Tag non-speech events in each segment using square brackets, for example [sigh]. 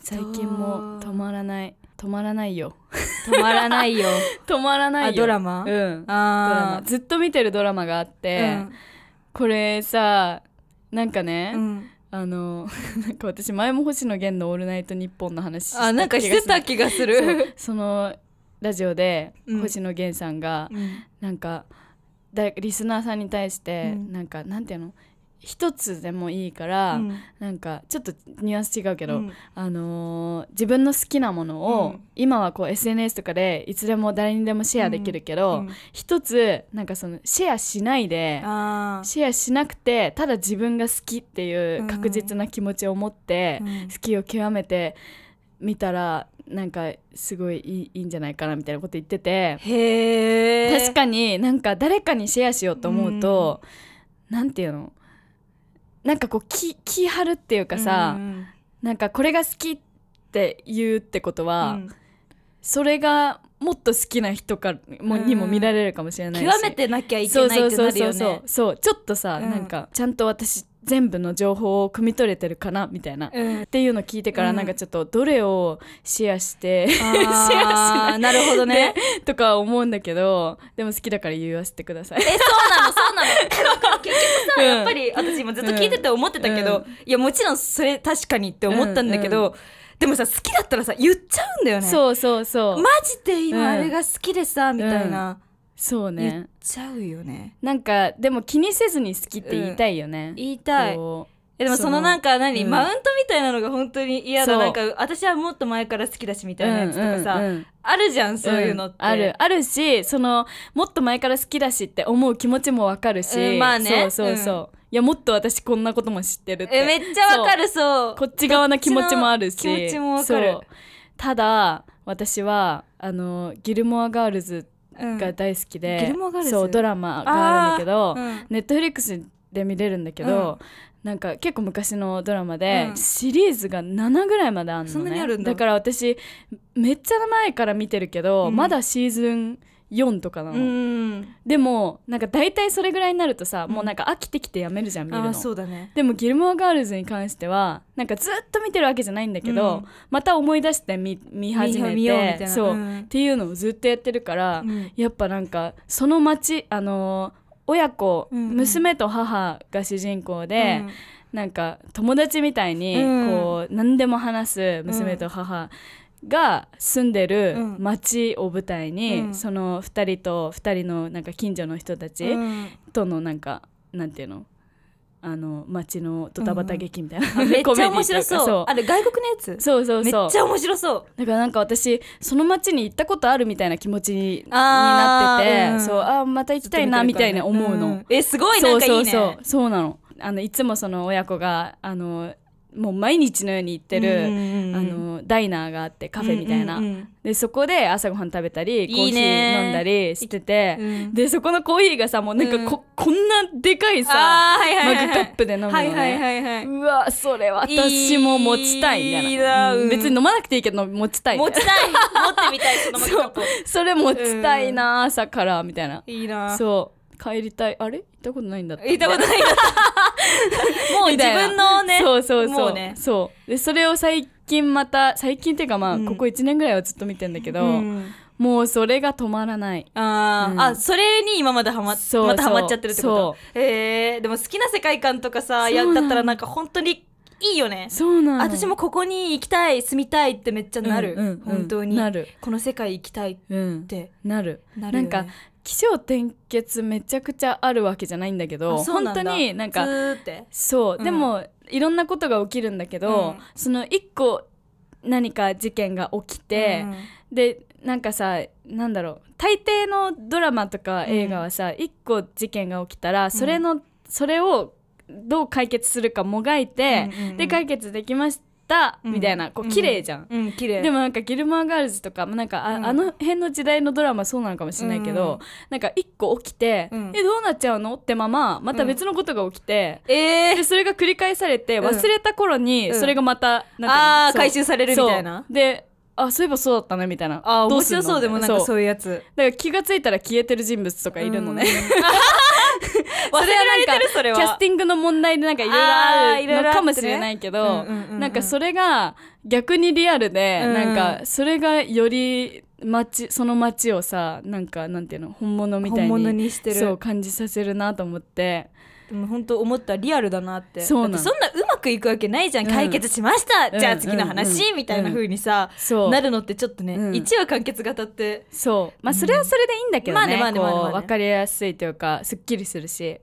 最近も止まらない止まらないよ止まらないよ止まらないよ [laughs] あドラうんマ、あドラマあずっと見てるドラマがあって、これさなんかね、うんうん、あの [laughs] なんか私前も星野源の「オールナイトニッポン」の話したあなんかしてた気がす気がするるそのラジオでうん星野源さんがうんなんかだリスナーさんに対してうんなんかなんていうの一つでもいいから、うんなんかちょっとニュアンス違うけど、うんあのー自分の好きなものを、うん今はこう SNS とかでいつでも誰にでもシェアできるけど、うん一つなんかそのシェアしないであーシェアしなくてただ自分が好きっていうんう確実な気持ちを持って、うん好きを極めてみたらなんかすごいいいいいんじゃないかなみたいなこと言ってて、へえ確かになんか誰かにシェアしようと思うと、なんていうのなんかこう気気張るっていうかさ、うんなんかこれが好きって言うってことうは、んそれがもっと好きな人かも、うんにも見られるかもしれないし極めてなきゃいけないってなるよねそうそうそうそうそうちょっとさ、うんなんかちゃんと私全部の情報を汲み取れてるかなみたいな、っうんていうの聞いてから、うんなんかちょっとどれをシェアして [laughs] あーシェアし [laughs] ないなるほどねとか思うんだけどでも好きだから言わせてくださいえそうなのそうなの結局さうんやっぱり私今ずっと聞いてて思ってたけど、うんいやもちろんそれ確かにって思ったんだけど、でもさ好きだったらさ言っちゃうんだよねそうそうそう、マジで今あれが好きでさ、みたいな、そう言ねっちゃうよねなんかでも気にせずに好きって言いたいよね、言いたいこうえでもそそののなんか何、うんマウントみたいなのが本当に嫌だそうなんか私はもっと前から好きだしみたいなやつとかさ、うんうんうんあるじゃん [laughs] そういうのって、んあるあるしそのもっと前から好きだしって思う気持ちもわかるし、うんまあねそうそうそう、いやもっと私こんなことも知ってるってえめっちゃわかるそうこっち側の気持ちもあるしこっちの気持ちもわかるそうただ私はあのギルモアガールズうんが大好きで、うんギルモアガールズそうドラマがあるんだけど、うんネットフリックスで見れるんだけど、なんか結構昔のドラマで、うんシリーズが7ぐらいまであるのねそんなにあるんだから私めっちゃ前から見てるけど、うんまだシーズン4とかなの、うんでもなんか大体それぐらいになるとさ、んもうなんか飽きてきてやめるじゃん見るあのーそうだねでも「ギルモア・ガールズ」に関してはなんかずっと見てるわけじゃないんだけど、うんまた思い出して見見始めて見ようみたいなそう、うんっていうのをずっとやってるから、うんやっぱなんかその町あのー親子、うんうん娘と母が主人公で、うんなんか友達みたいにうんこう、何でも話す娘と母が住んでるうん町を舞台に、うんその2人と2人のなんか近所の人たち、うんとのなんかなんていうのあの街のドタバタ劇みたいな、あめっ [laughs] コちメゃディと面いう白かそうあれ外国のやつそうそうそうそうめっちゃ面白そうだからなんか私その街に行ったことあるみたいな気持ちにになあーってて、うんそうあーまた行きたいなみたいな思うの、んえすごいなそんうかいいねそうそうそうなのあのいつもその親子があのもう毎日のように行ってる、あのダイナーがあってカフェみたいな、でそこで朝ごはん食べたりいコーいヒねー飲んだりしててうんでそこのコーヒーがさもうなんかこ,、こんなでかいさああーはいはいはいマグカップで飲むのねはいはいはいはいうわそれ私も持ちたいみたいないいなうん別に飲まなくていいけど持ちたいみ持たいちたい持ってみたいそのマグカップをな [laughs] それ持ちたいな、朝からみたいないいなそう帰りたいあれ行ったことないんだった言ったことないなもう自みたいな分のねそうそうもそううねそうでそれを最近また最近っていうかまあ、うんここ1年ぐらいはずっと見てんだけど、うんもうそれが止まらないあー、うんあそれに今までハマっそうまたハマっちゃってるってこそとへえでも好きな世界観とかさそうやなのだったらなんか本当にいいよねそうなの私もここに行きたい住みたいってめっちゃなる、うんうんうん本当になるこの世界行きたいっうんてなるなるよ、ね、なんか起承転結めちゃくちゃあるわけじゃないんだけどあそうな本んだ当になんずかーってそう、うんでもいろんなことが起きるんだけど、うんその一個何か事件が起きて、でなんかさなんだろう大抵のドラマとか映画はさ、一個事件が起きたらそれの、それをどう解決するかもがいて、で解決できました、みたいなこう綺麗じゃん、うん綺麗でもなんかギルマーガールズとかまあなんかあ,、うんあの辺の時代のドラマそうなのかもしれないけど、うんなんか一個起きて、うんえどうなっちゃうのってまままた別のことが起きて、えー [laughs] でそれが繰り返されてうん忘れた頃にうんそれがまた、なんていうのああそう回収されるみたいなそうであそういえばそうだったねみたいなああど面すんの白そうでもなんみかたいそういうやつ [laughs] だから気がついたら消えてる人物とかいるのね、うん忘れられてるそれキはャスティングの問題でなんかいろいろああーいるろいろあのってねかもしれないけど、うんうんうんうんなんかそれが逆にリアルで、うんなんかそれがより街その街をさなんかなんていうの本物みたい本物ににしてるそう感じさせるなと思ってでも本当思ったリアルだなってそうなのだってそんなうまくいくわけないじゃん、うん解決しました、うんじゃあ次の話、うんうんみたいな風にさ、そうなるのってちょっとね、うん一話完結型って、そうまあそれはそれでいいんだけどね,、うんまあねまあねまあねまあね分かりやすいというかすっきりするし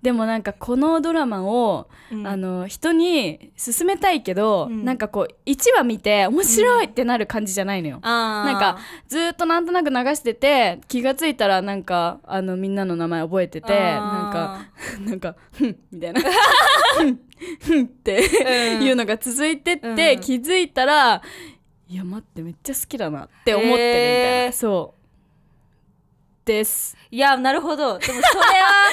でもなんかこのドラマを、うんあの人に勧めたいけど、うんなんかこう1話見て面白いってなる感じじゃないのよ。あーなんかずーっとなんとなく流してて気がついたらなんかあのみんなの名前覚えててなんかあなんか「ふん」み [laughs] たいな「ふん」ってうんいうのが続いてって、うん気づいたら「いや待ってめっちゃ好きだな」って思ってるみたいな、へーそうですーいやなるほどでもそれ [laughs] は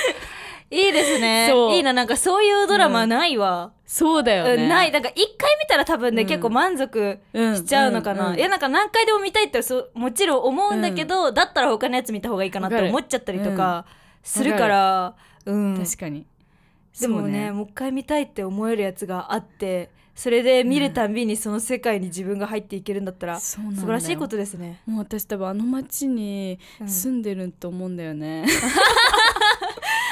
いいですねそういいななんかそういうドラマないわ、そうだよね、うんないなんか一回見たら多分ね、うん結構満足うんしちゃうのかな、んんいやなんか何回でも見たいってそうもちろん思うんだけど、だったら他のやつ見た方がいいかなってわかる思っちゃったりとかするから、うん確かにでもねもう一回見たいって思えるやつがあってそれで見るたんびにその世界に自分が入っていけるんだったら、素そうなんだよ晴らしいことですね。もう私多分あの町にうん住んでると思うんだよね、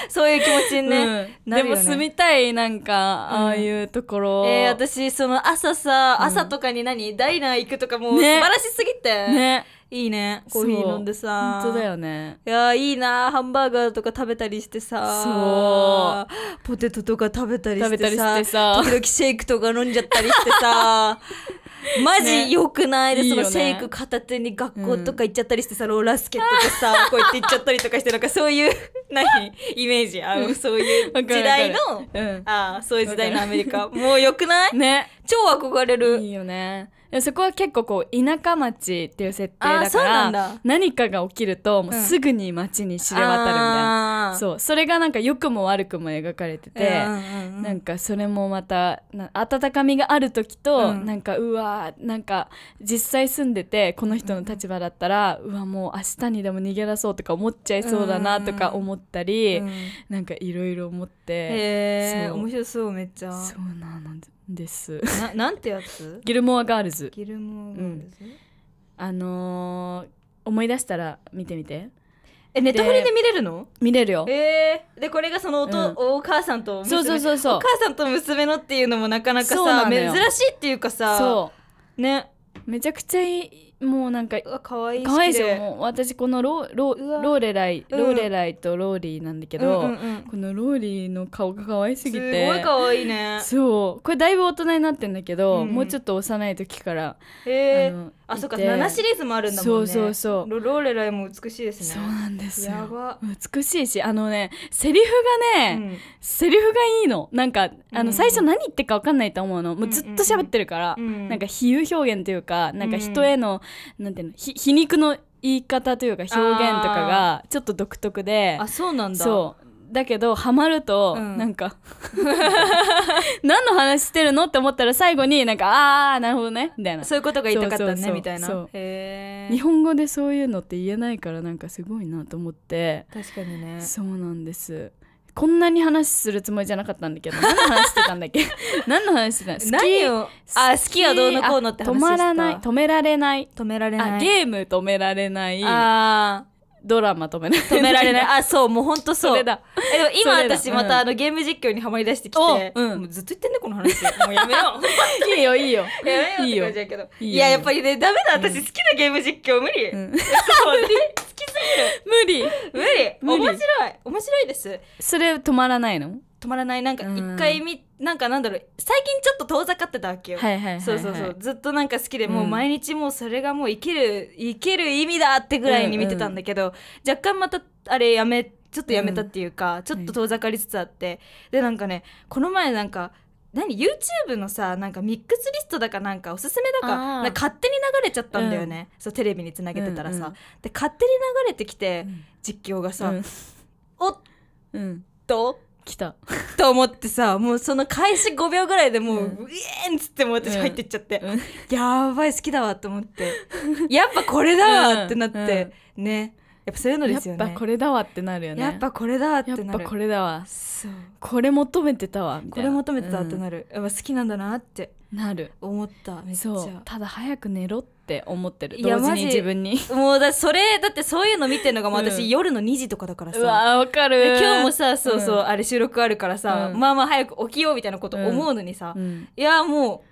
そういう気持ちにね、うんなでるよもね住みたいなんか、うんああいうところえー、私その朝さ、うん朝とかに何ダイナー行くとかもう素ね晴らしすぎて、ねいいねコーヒー飲んでさ本当だよねいやーいいなーハンバーガーとか食べたりしてさポテトとか食べたり食しべたてりさしてさ時々シェイクとか飲んじゃったりして [laughs] さマねジ良くないで、いいそよねのシェイク片手に学校とか行っちゃったりしてさ、ローラースケット [laughs] でさこうやって行っちゃったりとかしてなんかそういう何イメージあのそういうわかるわ時かる代のうんあーそういう時代のアメリカもう良くないね超憧れるいいよねでそこは結構こう田舎町っていう設定あーだそうかならんだ何かが起きるともうすぐに町に知れ渡るみたいな、あーそうそれがなんか良くも悪くも描かれてて、うんうんうんなんかそれもまたな温かみがある時と、うんなんかうわーなんか実際住んでてこの人の立場だったら、うわもう明日にでも逃げ出そうとか思っちゃいそうだなとか思ったり、うんなんかいろいろ思って、へえそう面白そうめっちゃそうなんです。ななんてやつギルモアガールズギルモアガールズあのー思い出したら見てみてえネットフリで見れるの見れるよ。えー、でこれがそのおと、うんお母さんと娘そうそうそうそうお母さんと娘のっていうのもなかなかそうなさの珍よしいっていうかさそうねうめちゃくちゃいいもうなんかうわ可愛い可愛いでしょ綺麗もう私このローロうわーローレライ、うんローレライとローリーなんだけど、うんうんうんこのローリーの顔が可愛すすぎごてい可愛いねそうこれだいぶ大人になってんだけど、うんもうちょっと幼い時から、へえのあそっかいて7シリーズもあるんだもんねそうそうそうロローレライも美しいですそうねなんですやよば美しいしあのねセリフがね、うんセリフがいいのなんかあうんの最初何言ってか分かんないと思うのもうずっと喋ってるから、うんなんか比喩表現というかなんか人への、なんていうのひ皮肉の言い方というか表現とかがちょっと独特であそうなんだそうだけどハマると、うんなんか [laughs] 何の話してるのって思ったら最後になんかあーなるほどねみたいなそういうことが言いたかったそうそうねそうみたいなそうへえ日本語でそういうのって言えないからなんかすごいなと思って、確かにねそうなんですこんなに話するつもりじゃなかったんだけど何の話してたんだっ [laughs] け何の話してた好き何をあ好きはどうのこうのってあ話止まらない止められない止められないあゲーム止められないあドラマ止められない [laughs] ー止めら [laughs] れないあそうもうほんとそうそれだえでも今それだ私また、うんあのゲーム実況にはまり出してきて、おうんもうずっと言ってんねこの [laughs] 話もうやめよういいよいいよやめよういっいてよ感じやけどいいよいややっぱりねダメだ私好きなゲーム実 [laughs] 況無理、うんそうね無理無理無理面白い面白いですそれ止まらないの止まらないなんかうん一回見、なんかなんだろう最近ちょっと遠ざかってたわけよ、はいはいはい、はい、そうそうそうずっとなんか好きで、もううん毎日もうそれがもう生きる生きる意味だってぐらいに見てたんだけど、若干またあれやめちょっとやめたっていうか、ちょっと遠ざかりつつあって、でなんかねこの前なんか何 YouTube のさなんかミックスリストだかなんかおすすめだかあーなんか勝手に流れちゃったんだよね、そうテレビにつなげてたらさ、うんうんで勝手に流れてきてうん実況がさ、うんおっうんと来たと思ってさもうその開始5秒ぐらいでもう、ううんえーんっつってもう私入ってっちゃって、うんやばい好きだわと思ってやっぱこれだわってなって、ねやっぱそういうのやでっすよねぱこれだわってなるよねやっぱこれだってやなっるぱこれだわそうこれ求めてたわみこたいなれ求めてたってなる、る、やっぱ好きなんだなってうんなる思っためっちそうゃただ早く寝ろって思ってるいや同時マにジ自分 [laughs] にもうだそれだってそういうの見てるのがもう私、うん夜の2時とかだからさうわーわかるで今日もさそうそう、うんあれ収録あるからさ、うんまあまあ早く起きようみたいなこと思うのにさ、うんいやも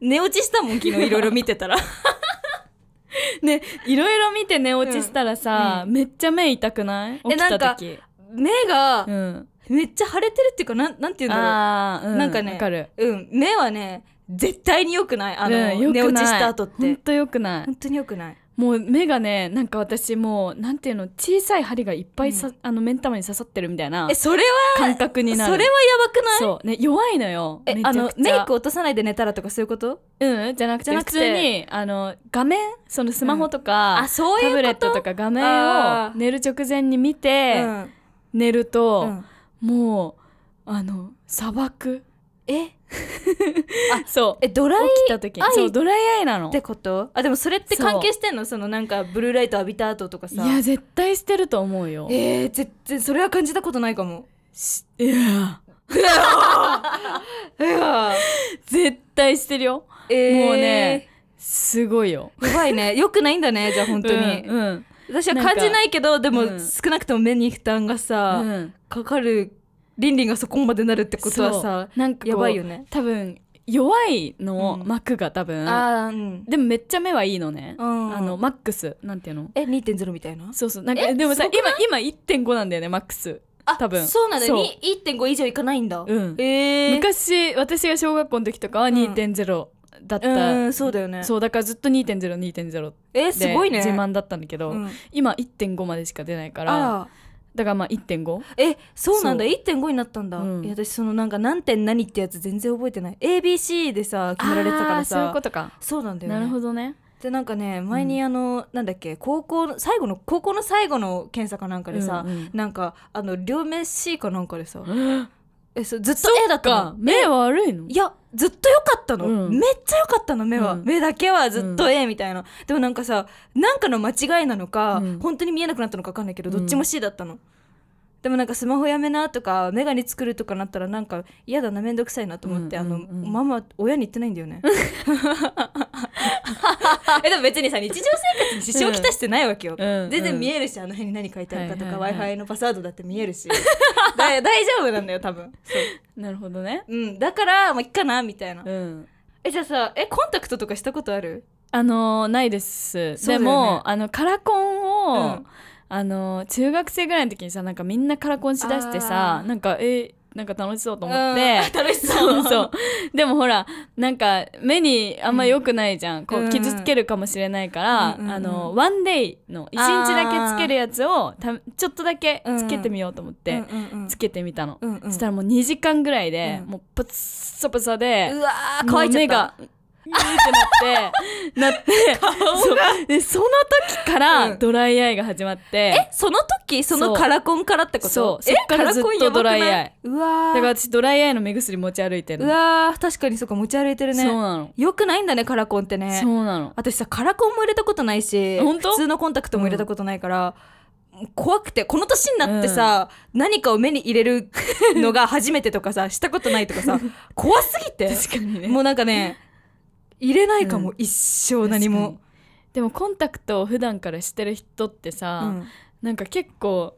う寝落ちしたもん昨日いろいろ見てたらねいろいろ見て寝落ちしたらさ、めっちゃ目痛くない起きた時目がうんめっちゃ腫れてるっていうかなんなんて言うんだろあー、うなんかねわかるううん目はね絶対に良くないあの、うん良く寝ない落ちした後っほんてとよくない本当に良くないもう目がねなんか私もうなんていうの小さい針がいっぱいさ、あの目ん玉に刺さってるみたいなえそれは感覚になるそれはやばくないそうね弱いのよえめちゃあくちゃのメイク落とさないで寝たらとかそういうことうんじゃなくてじゃなくて普通にあの画面そのスマホとか、そタブレットとかか画面あをー寝る直前に見て、寝るうと、んもうあの砂漠えそうえドライ起きた時アイそうドライアイなっのてことあでもそれってそう関係してんのそのなんかブルーライト浴びた後とかいさや絶対してると思うよえー、全然それは感じたことないかもしいやいや絶対してるよえー、もうねすごいよやばい [laughs] ねよくないんだねじゃあ本当に、うんうん私は感じないけどでも、うん少なくとも目に負担がさ、うんかかる倫理がそこまでなるってことはさそうなんかこうやばいよね多分弱いのうん膜が多分、あーうんでもめっちゃ目はいいのね、うんあのマックスなんていうのえ2.0みたいなそうそうなんかえでもさすごく今今1.5なんだよねマックスあ多分そうなんだそうに1.5以上いかないんだ、うんえー、昔私が小学校の時とかはん2.0だった、うんそうだよねそうだからずっと2.02.0えー、すごいでね自慢だったんだけど、うん今1.5までしか出ないかあららだからまあ1.5えそうなんだそう1.5になったんだ、うんいや私そのなんか何点何ってやつ全然覚えてない ABC でさ決められてたからさあーそういうことか、そうなんだよ、ね、なるほどどねでなんかね前にあの、なんだっけ高校の最後の高校の最後の検査かなんかでさ、うんうんなんかあの両目 C かなんかでさそえそうずっと A だっったかの目悪いのいやずっと良かったの、うんめっちゃ良かったの目は、うん目だけはずっと A みたいな、でもなんかさなんかの間違いなのか、うん本当に見えなくなったのか分かんないけどうんどっちも C だったの、でもなんかスマホやめなとか眼鏡作るとかなったらなんか嫌だな面倒くさいなと思って、うんうんあうんのママ親に言ってないん [laughs] だよね [laughs] えでも別にさ日常生活に支障をきたしてないわけうよ、ん全うん然見えるしあの辺に何書いてあるかとはいはか、いは w i い f i のパスワードだって見えるし [laughs] だ大丈夫なんだよ多分そうなるほどねうん、だから、まあ、いっかな、みたいな。うんえ、じゃあさ、え、コンタクトとかしたことあるあのーないです、そうだでよねもあのカラコンを、うんあのー中学生ぐらいの時にさなんかみんなカラコンしだしてあさーなんかえーなんか楽しそうと思って、うん、楽し [laughs] そ。そううそう。でもほら、なんか目にあんま良くないじゃん。こうんう傷つけるかもしれないから、うんうんうんあの、ワンデイの一日だけつけるやつをた、ちょっとだけつけてみようと思っうんて、うんうんつけてみたの。うんうんそしたらもう2時間ぐらいで、うんもうプッサプサで、うわー、もう乾いちゃ目ったが。、うーって [laughs] なって、なって、そうでその時かうらんドライアイが始まって、え、その時そのそうカラコンからってことそうえそっからずっとカラコンやばドくないライアイうわー。だから私ドライアイの目薬持ち歩いてるうの。わー、確かにそうか、持ち歩いてるそうね。なの。よくないんだね、カラコンってねそ。うなの。私さ、カラコンも入れたことないし、ほんと普通のコンタクトも入れたことないから、怖くて、この年になってさ、何かを目に入れるのが初めてと [laughs] かさ、したことないとかさ、怖すぎて。確かにね。もうなんかね入れないかも、う一生何確もか、にでもコンタクトを普段からしてる人ってうさ、んなんか結構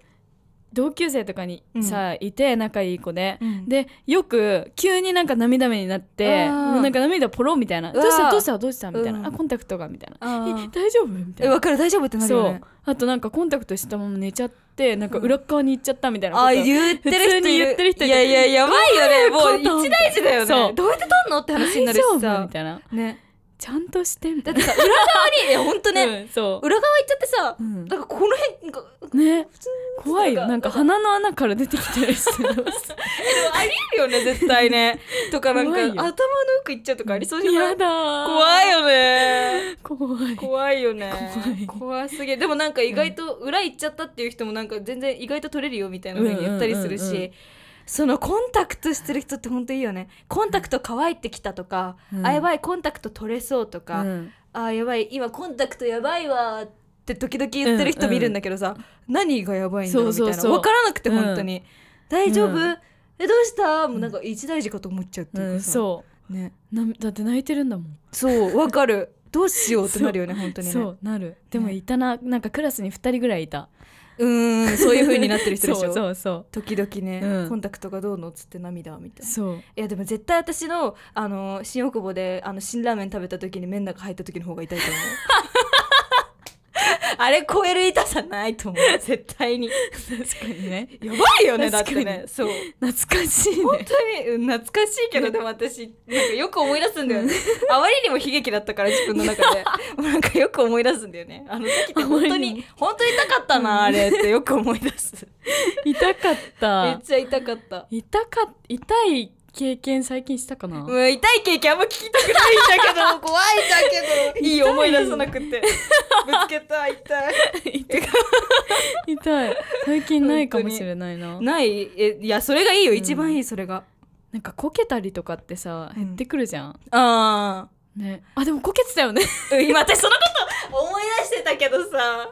同級生とかにさ、いて仲いい子で、うんでよく急になんか涙目になってあーもうなんか涙ポロみたいな「うわどーうしたどうしたどうした」みたいな「うんあコンタクトが」みたいな「あーえ大丈夫?」みたえいな。分かる大丈夫ってなるそようねあとなんかコンタクトしたまま寝ちゃってなんか裏っ側に行っちゃったみたいなことあ言ってる人普通にいる言ってる人いいるやいややばいよねもうどういうこと一大事だよねそうどうやって撮んのって話にな大る丈し夫さみたいなねちゃんとしてみただいっなてさ裏側にいやほんとね、うんそ裏側行っちゃってさ、う、うんなんかこの辺なんかね普通に怖いよなんかあ鼻の穴から出てきた [laughs] りしてるるよね絶対ねとかなんか怖い頭よの奥行っちゃうとかありそうじゃなやいだー怖いよね怖い [laughs] 怖いよね怖い怖すぎるでもなんか意外と裏行っちゃったっていう人もなんか全然意外と取れるよみたいな風に言ったりするし、うんうんうんうんそのコンタクトしてる人って本当いいよねコンタクト乾いてきたとか、うんあやばいコンタクト取れそうとか、うんあやばい今コンタクトやばいわーっって時々言ってる人見るんだけどさ、何がやばいんだろうみたいそうなそうそう分からなくて本当に、大丈夫、うんえどうしたもうなんか一大事かと思っちゃうってう、いうんかさ、そうねうなだって泣いてるんだもん、そう分かるどうしようってなるよね本当にねそうなるでもねいたななんかクラスに2人ぐらいいたうーん [laughs] そういう風になってる人でしょそうそう時々ね、うんコンタクトがどうのっつって涙みたいなそうそういやでも絶対私のあの新大久保であの辛ラーメン食べた時に麺の中入った時の方が痛いと思う [laughs] あれ超える痛さないと思う絶対に確かにねやばいよねだっ確かにてねそう懐かしい本ね当にうん懐かしいけどでも私なんかよく思い出すんだよねあまりにも悲劇だったから自分の中 [laughs] でもうなんかよく思い出すんだよねあの時って本当あまりにもに本当に痛かったなあれってよく思い出す痛かっめったちゃ痛かった痛か痛い経験最近したかなもう痛い経験あんま聞きたくないん [laughs] だけど怖いんだけどいい思い出さなくてぶつけた痛い [laughs] 痛い最近ないかもしれないなないえいやそれがいいよ、うん一番いいそれがなんかこけたりとかってさうん減ってくるじゃん、あねあでもこけてたよね [laughs] あ今私そのこと思い出してたけどさ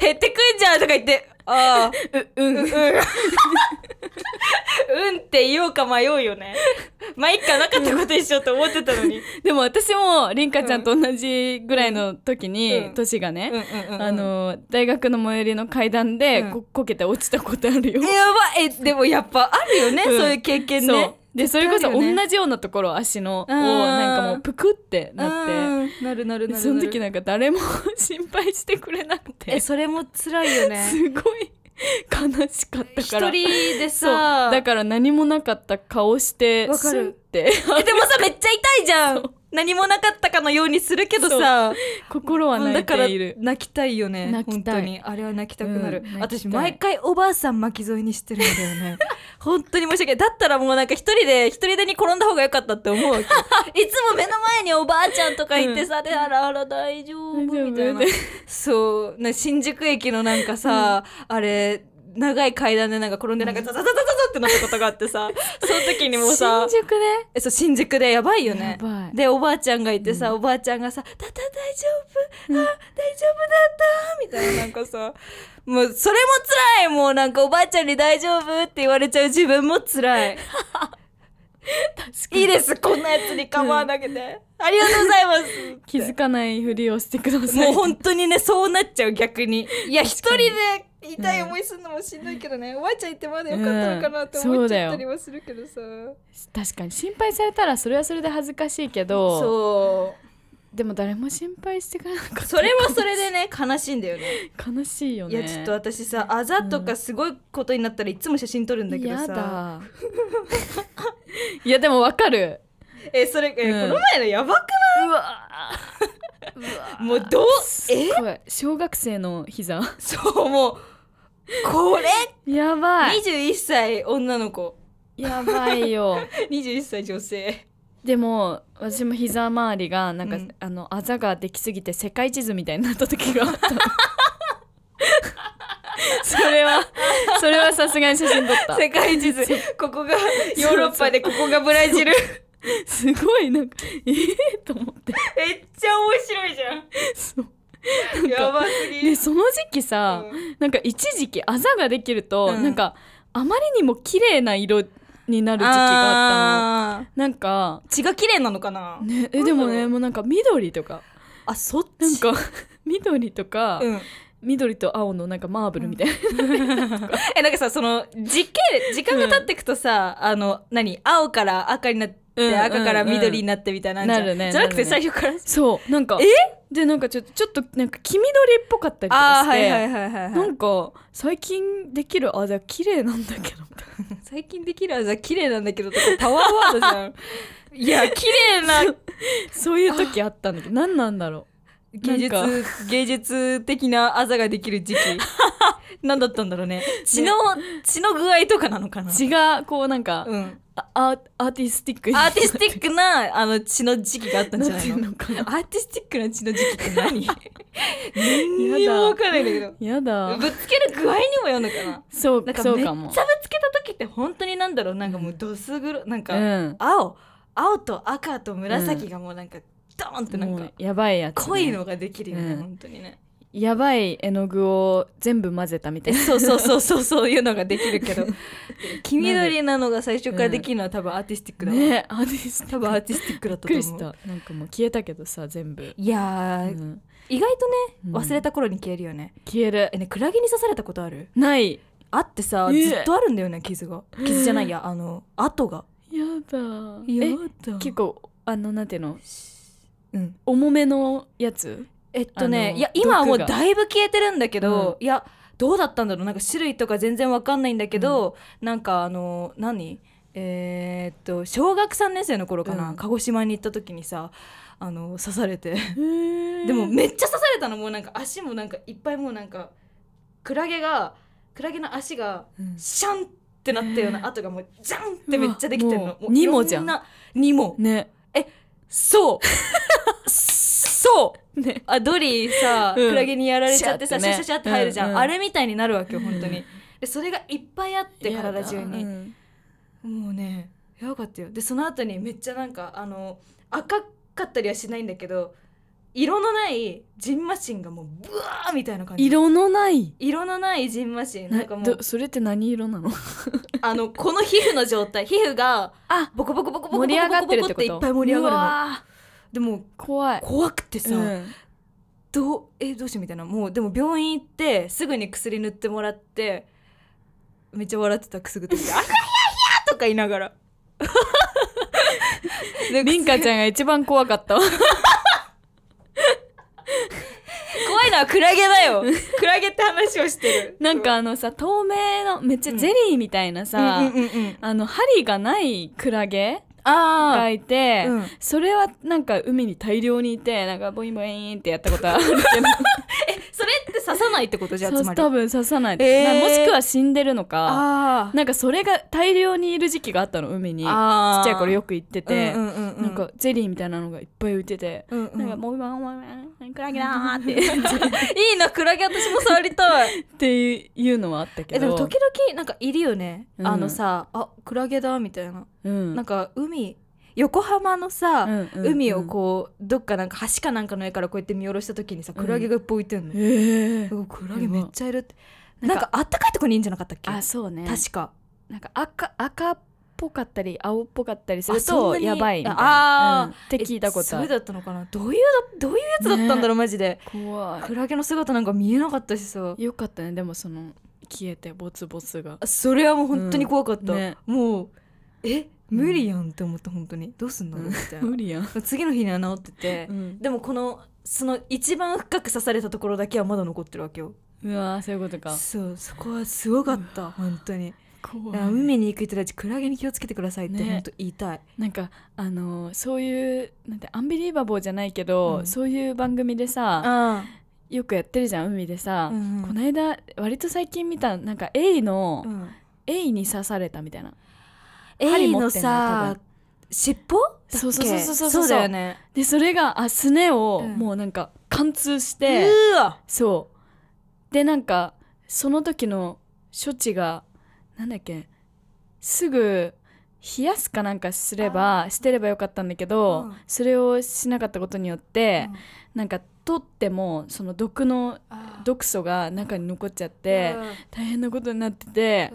減ってくんじゃんとか言ってああううんうんって言おうか迷うよねまあ一回なかったこと一緒と思ってたのに、でも私も凛花ちゃんと同じぐらいの時に、うん年がね、ああのの大学の最寄りの階段でうんこ,、けて落ちたことあるよえ。やばいえでもやっぱあるよね、うんそういう経験ねそうでそれこそあるよね同じようなところ足のをうんなんかもうプクってなってうんなるなるでなるその時ななるんか誰も [laughs] 心配してくれなくてえすそれも辛いよねごい悲しかった一か人らでそうさだから何もなかった顔してわかるスンって [laughs] えでもさめっちゃ痛いじゃん何もなかったかのようにするけどさ心は泣いているだから泣きたいよね泣きたい本当にあれは泣きたくなる、うん泣きたい私毎回おばあさん巻き添えにしてるんだよ [laughs] ね本当に申し訳ないだったらもうなんか一人で一人でに転んだ方が良かったって思 [laughs] うわけいつも目の前におばあちゃんとかいてさ、であらあら大丈夫大丈夫みたいなでそうね新宿駅のなんかさ、あれ長い階段でなんか転んでなんかザザザザザザってなったことがあっ [laughs] てさその時にもさ新宿ねえそう新宿でやばいよやねばいでおばあちゃんがいてさ、おばあちゃんがさ「だだ大丈夫、あ大丈夫だった」みたいななんかさもうそれも辛いもうなんかおばあちゃんに「大丈夫?」って言われちゃう自分も辛いいいですこんなやつに構わなくて、ありがとうございますって気づかないふりをしてくださいもう本当にねそうなっちゃう逆にいや一人で痛い思いするのもしんどいけどね、おばあちゃんいてまだよかったのかなって思っちゃったりはするけどさ、確かに心配されたらそれはそれで恥ずかしいけどそうでも誰も心配してくれなかったそれもそれでね悲しいんだよね悲しいよいねやちょっと私さあざとかすごいことになったらいつも写真撮るんだけどやさ、だ [laughs] いやでもわかるえそれ、えうんこの前のやばくうわもうどうすえごい小学生の膝そうもうこれ [laughs] やばい21歳女の子やばいよ21歳女性でも私も膝周りがなんか、うんあのあざができすぎて世界地図みたいになった時があ [laughs] ったのそれはそれはさすがに写真撮った世界地図ここがヨーロッパでここがブラジルすごいなんかええと思ってめっちゃ面白いじゃそうんやばすぎでその時期さ、うんなんか一時期あざができると、うんなんかあまりにも綺麗な色になる時期があったのあーなんか血が綺麗なのかな、ねえでもなんだろねうもうなんか緑とかあそっちなん [laughs] か緑とか、うん緑と青のなんかマーブルみたいな、えなんかさその時系列時間が経ってくとさ、あの何青から赤になって、うんうん赤から緑になってみたいなのあんじゃんなるねじゃなくてなる最初から、そうなんかえでなんかちょちょっとなんか黄緑っぽかったりとあかあしはて、いはいはいはい、なはい、んか最近できるあざ綺麗なんだけどみたいな最近できるあざ綺麗なんだけどとかパワーワードじゃん [laughs] いや綺麗なそういう時あったんだけど何なんだろ芸な術芸術的なあざができる [laughs] 時期何だったんだろうね血の血の具合とかなのかうな血がこうなんか、うん、あアーアーティスティックにアーティスティックなあの血の時期があったんじゃなっなて [laughs] いんののかなアーティスティックな血の時期って [laughs] 何何にも分からないんだけどやだぶつける具合にもよるのかなそうなんかそうめっちゃかぶもつけた時って本当になんだろうなんかもうどす黒なんうかん青青と赤と紫がもうなんかドーンってなんもかうやばいやつ、濃いのができるよね、うん本当にねやばい絵の具を全部混ぜたみたいなそうそうそうそうそういうのができる [laughs] けど黄緑なのが最初からできるのは多分アーティスティックだわ、ねアーティスト多分アーティスティックだっびたっくとりし思うたなんかもう消えたけどさ全部、いやー、うん意外とうねん忘れた頃に消えるよね、消えるえねクラゲに刺されたことあるないあってさ、ええずっとあるんだよね傷が傷じゃないやあの跡がやだえだ結構あのなんていうのうん重めのやつえっとねあのいや今はもう毒がだいぶ消えてるんだけど、いやどうだったんだろうなんか種類とか全然わかんないんだけど、なんかあの何えーっと小学3年生の頃かな、うん鹿児島に行った時にさあの刺されてででもめっちゃ刺されたのもうなんか足もなんかいっぱいもうなんかクラゲがクラゲの足がシャンってなったような跡がもうジャンってめっちゃできてるうのわもうニモじゃんにもねそう [laughs] そう、ねあドリーさ、うんクラゲにやられちゃってさシシャャッてねシャシャって入るじゃん、うんうんあれみたいになるわけよ本当にでそれがいっぱいあってやだ体中に、うんもうねやばかったよでその後にめっちゃなんかあの赤かったりはしないんだけど色のないジンマシンがもうブワーみたいな感じ色のない色のないジンマシンなんかもなうどそれって何色なのあのこの皮膚の状態皮膚があボコボコボコボコボコボコ盛り上がってるってこといっぱい盛り上がるうのわでもー怖いー怖くてさ、うんどうえどうしようみたいなもうでも病院行ってすぐに薬塗ってもらってめっちゃ笑ってたくすぐって「あひゃひゃひゃ!」とか言いながら。で凛花ちゃんゃんが一番怖か [laughs] ったわ怖いのはクラゲだよクラゲって話をしてる [laughs] なんかあのさ透明のめっちゃゼリーみたいなうんさ、うんうんうんあの針がないクラゲあがいて、うんそれはなんか海に大量にいてなんかボインボインってやったこと [laughs] あるけどあそれって刺さないってことじゃあ刺つすまり多分刺さない、えーなもしくは死んでるのかあーなんかそれが大量にいる時期があったの海にちっあーちゃい頃よく行ってて、うんうんうなんかゼリーみたいなのがいっぱい浮いてて、うんうんなんかもう今お前クラゲだー [laughs] っていいなクラゲ私も触りたいっていうのはあったけどえでも時々なんかいるよね、うんあのさあクラゲだみたいなうんなんか海横浜のさ、うんうんうん海をこうどっかなんか橋かなんかの上からこうやって見下ろした時にさうんクラゲがいっぱい浮いてんの、ええうわクラゲめっちゃいるってうんなんかあったかいとこにいいんじゃなかったっけ、あそうね確かなんか赤赤っぽかったり青っぽかったりすあるそとんなにやばいみたいあな、あうんって聞いたこえとそあれるだったのかなどういうだどういうやつだったんだろう、マジで怖クラゲの姿なんか見えなかったしさいよかったねでもその消えてボツボツがあそれはもう本当に怖かった、うんねもうえ無理やんって思った本当にどうすんのみたいな無理やん、次の日には治ってて、うん、でもこのその一番深く刺されたところだけはまだ残ってるわけようわーそういうことかそうそこはすごかった本当に怖だから海に行く人たちクラゲに気をつけてくださいってね本当言いたい、なんかあのーそういうなんてアンビリーバボーじゃないけど、うんそういう番組でさあよくやってるじゃん海であさ、うんこの間割と最近見たなんかエイの、うんエイに刺されたみたいなエイ針持のってんのよ多さ分尻尾だっけそうそうそうそうそうそうだよねでそれがあすねをうんもうなんか貫通して、うわそうでなんかその時の処置がなんだっけすぐ冷やすかなんかすればしてればよかったんだけど、うんそれをしなかったことによって、なんか取ってもその毒のっ毒素が中に残っちゃって、大変なことになってて、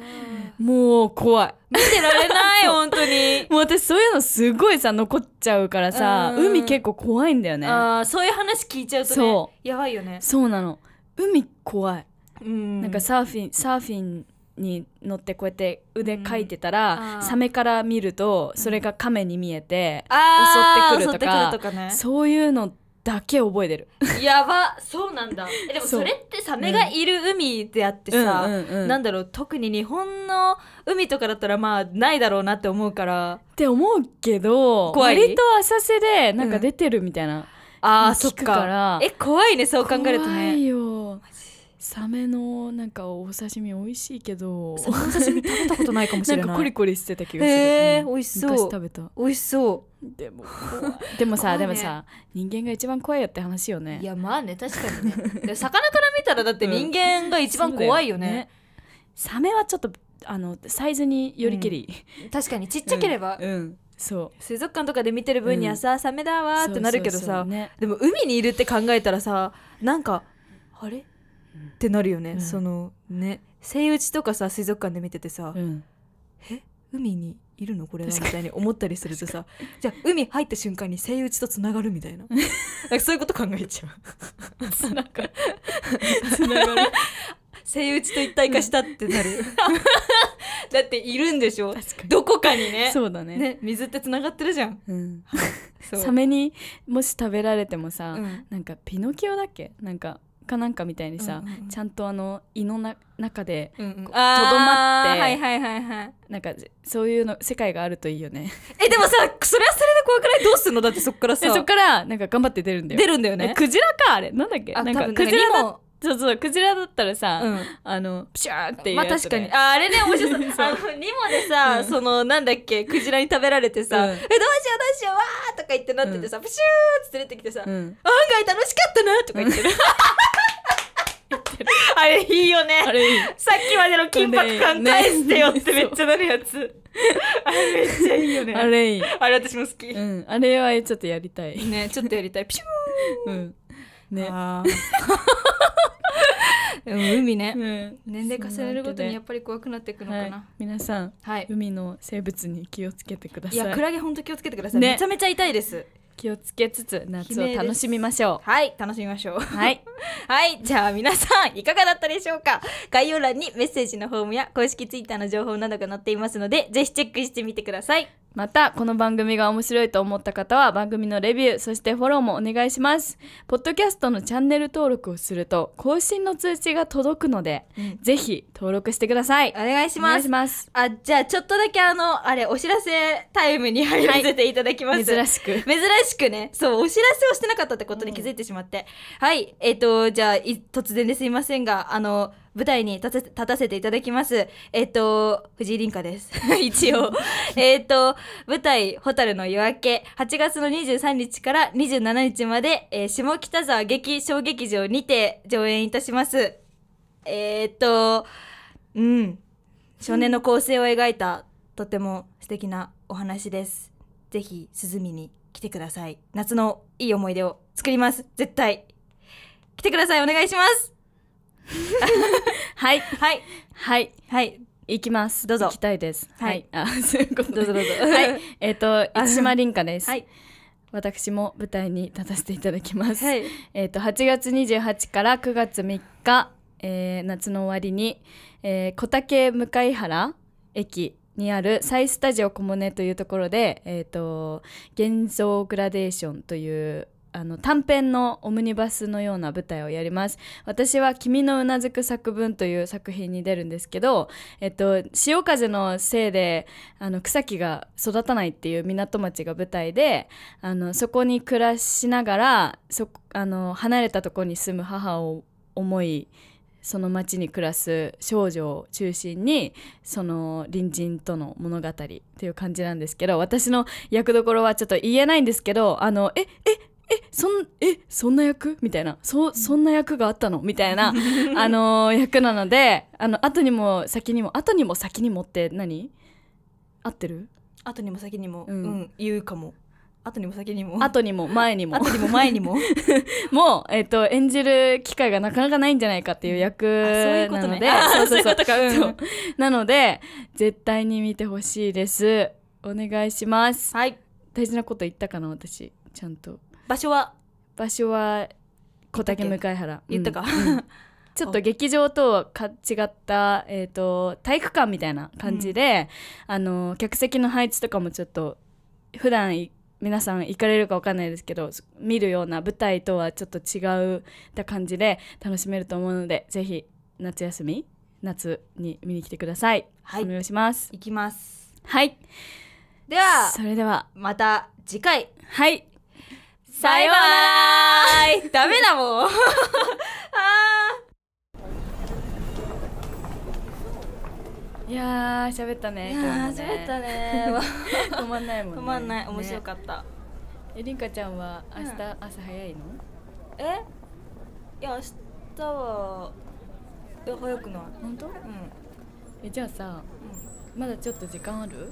見もう怖いてられ [laughs] ない本当にもう私そういうのすごいさ残っちゃうからさ、うん海結構怖いんだよねああそういう話聞いちゃうとねそやばいよねそうなの海怖いななんかサーフィンサーフィンに乗ってこうやって腕かいてたうんら、あーサメから見るとそれがカメに見えて、あー襲ってくるとか襲ってくるとかねそういうのだけ覚えてる。やばそうなんだえでもそうそれってサメがいる海であってさ、うんうんうんなんだろう特に日本の海とかだったらまあないだろうなって思うからって思うけど怖い割と浅瀬でなんか出てるみたいな、あー聞そっくかからえ怖いねそう考えると怖ねいよサメのなんかお刺身美味しいけどサメの刺身食べたことないかもし [laughs] なれんないかコリコリしてた気がする、へーうん美味しそう昔食べた美味しそでも怖いでもさ、怖いねでもさ人間が一番怖いよって話ようねいやまあね確かにね [laughs] で魚から見たらだって人間が一番怖いよね,、そうだよねサメはちょっとあのサイズによりけり、確かにちっちゃければうんそう水族館とかで見てる分にはさ、サメだわーってなるけどそうそうそさうねでも海にいるって考えたらさなんかあれっうんてなるよね、うんそのねセイウチとかさ水族館で見ててさ、 [laughs] うん海にいるのこれはみ確かたいに思ったりするとさじゃあ海入った瞬間にセイウチとつながるみた [laughs] いななんかそういうこと考えちゃうなんかつながるセイウチと一体化したってな [laughs] るだっているんでしょ確かにどこかにねそうだねね水ってつながってるじゃんうん、そうサメにもし食べられてもさ、うんなんかピノキオだっけなんかかなんかみたいにさ、うんうんうんちゃんとあの胃のな中でうんうん、とどまってはいはいはいはいなんかそういうの世界があるといいよねえでもさそれはそれで怖くないどうすんのだってそっからでさそっからなんか頑張って出るんだよ出るんだよえねクジラかあれなんだっけあなん多か分クジラなんだかそうそうクジラだったらさ、うんあのピシャーっていうまあやつ確でかにああれね面白 [laughs] そうそうあのニモでさ、そのなんだっけクジラに食べられてさ「うんえどうしようどうしようわー」とか言ってなっててさ、プシューって連れてきてさ、うん案外楽しかったなとか言ってる。 [laughs] あれいいよね。あれいいさっきまでの緊迫感返してよってめっちゃなるやつ。あれめっちゃいいよね。あれい [laughs] い、あれ私も好き。うん、あれはちょっとやりたい、ね、ちょっとやりたい。ピシュうん、ーね、あーでも海ね。ん、年齢重ねるごとにやっっぱり怖くなっていくのはかいな。、皆さんはい。海の生物に気をつけてくださいいや、クラゲほんと気をつけてください。ねめちゃめちゃ痛いです。気をつけつつ夏悲鳴をです楽しみましょはい、楽しみましょう。うはいはい、じゃあ皆さんいかがだったでしょうか概要欄にメッセージのフォームや公式ツイッターの情報などが載っていますので、ぜひチェックしてみてください。またこの番組が面白いと思った方は番組のレビューそしてフォローもお願いしますポッドキャストのチャンネル登録をすると更新の通知が届くので、うんぜひ登録してくださいお願いします。ますあ、じゃあちょっとだけあの、あれ、お知らせタイムに入らせていただきます。珍しく [laughs] 珍しくね、そう、お知らせをしてなかったってことに気づいてしまって。はい、えっ、と、じゃあい、突然ですいませんが、あの、舞台に立たせ立たせていただきます。えっ、と、藤井凛香です。 [laughs] 一応。えっと、舞台、ホタルの夜明け、8月の23日から27日まで、えー下北沢劇小劇場にて上演いたします。えっ、と、うん。少年の構成を描いたとても素敵なお話です。ぜひ涼みに来てください。夏のいい思い出を作ります。絶対。来てください。お願いします。はいはい。はいはい。行きますどうぞ行きたいですはい、あ [laughs] そういうことどうぞどうぞ。 [laughs] はい。えっ、とあ一島凛香です、はい。私も舞台に立たせていただきます、はい。えっ、と8月28から9月3日、えー夏の終わりに、えー小竹向原駅にあるサイスタジオ小モネというところで「えー、と現像グラデーション」というあの短編のオムニバスのような舞台をやります。私は「君のうなずく作文」という作品に出るんですけど、えっと、潮風のせいであの草木が育たないっていう港町が舞台であのそこに暮らしながらそあの離れたとこに住む母を思いその町に暮らす少女を中心にその隣人との物語っていう感じなんですけど私の役どころはちょっと言えないんですけどあのえええそんえそんな役みたいなそそんな役があったのみたいなあの役なのであの後にも先にも後にも先にもって何合ってる後にも先にも、うう、んん言うかも。後にも先にも。後にも前にも後にも前に [laughs] も。もう、えっと演じる機会がなかなかないんじゃないかっていう役あそういうこなとのね。で、あそうそうそうとか。うんそうなので絶対に見てほしいですお願いしますはい。大事なこと言ったかな私ちゃんと場所は場所は小竹向原言ったか。うんちょっと劇場とはか違った、えー、と体育館みたいな感じで、あの客席の配置とかもちょっと普段い皆さん行かれるかわかんないですけどそ見るような舞台とはちょっと違うた感じで楽しめると思うのでぜひ夏休み夏に見に来てください、 [laughs] はいお願いします行きます。はいでは、それではまた次回。はいさようならダメだもん [laughs] あいやー喋ったねー喋った [laughs] ね [laughs] 止まんないもんね止まんない面白っかった、た、えりんかちゃんは明日朝早いの、えいや明日はえ早くない本当うんえじゃあさまだちょっと時間ある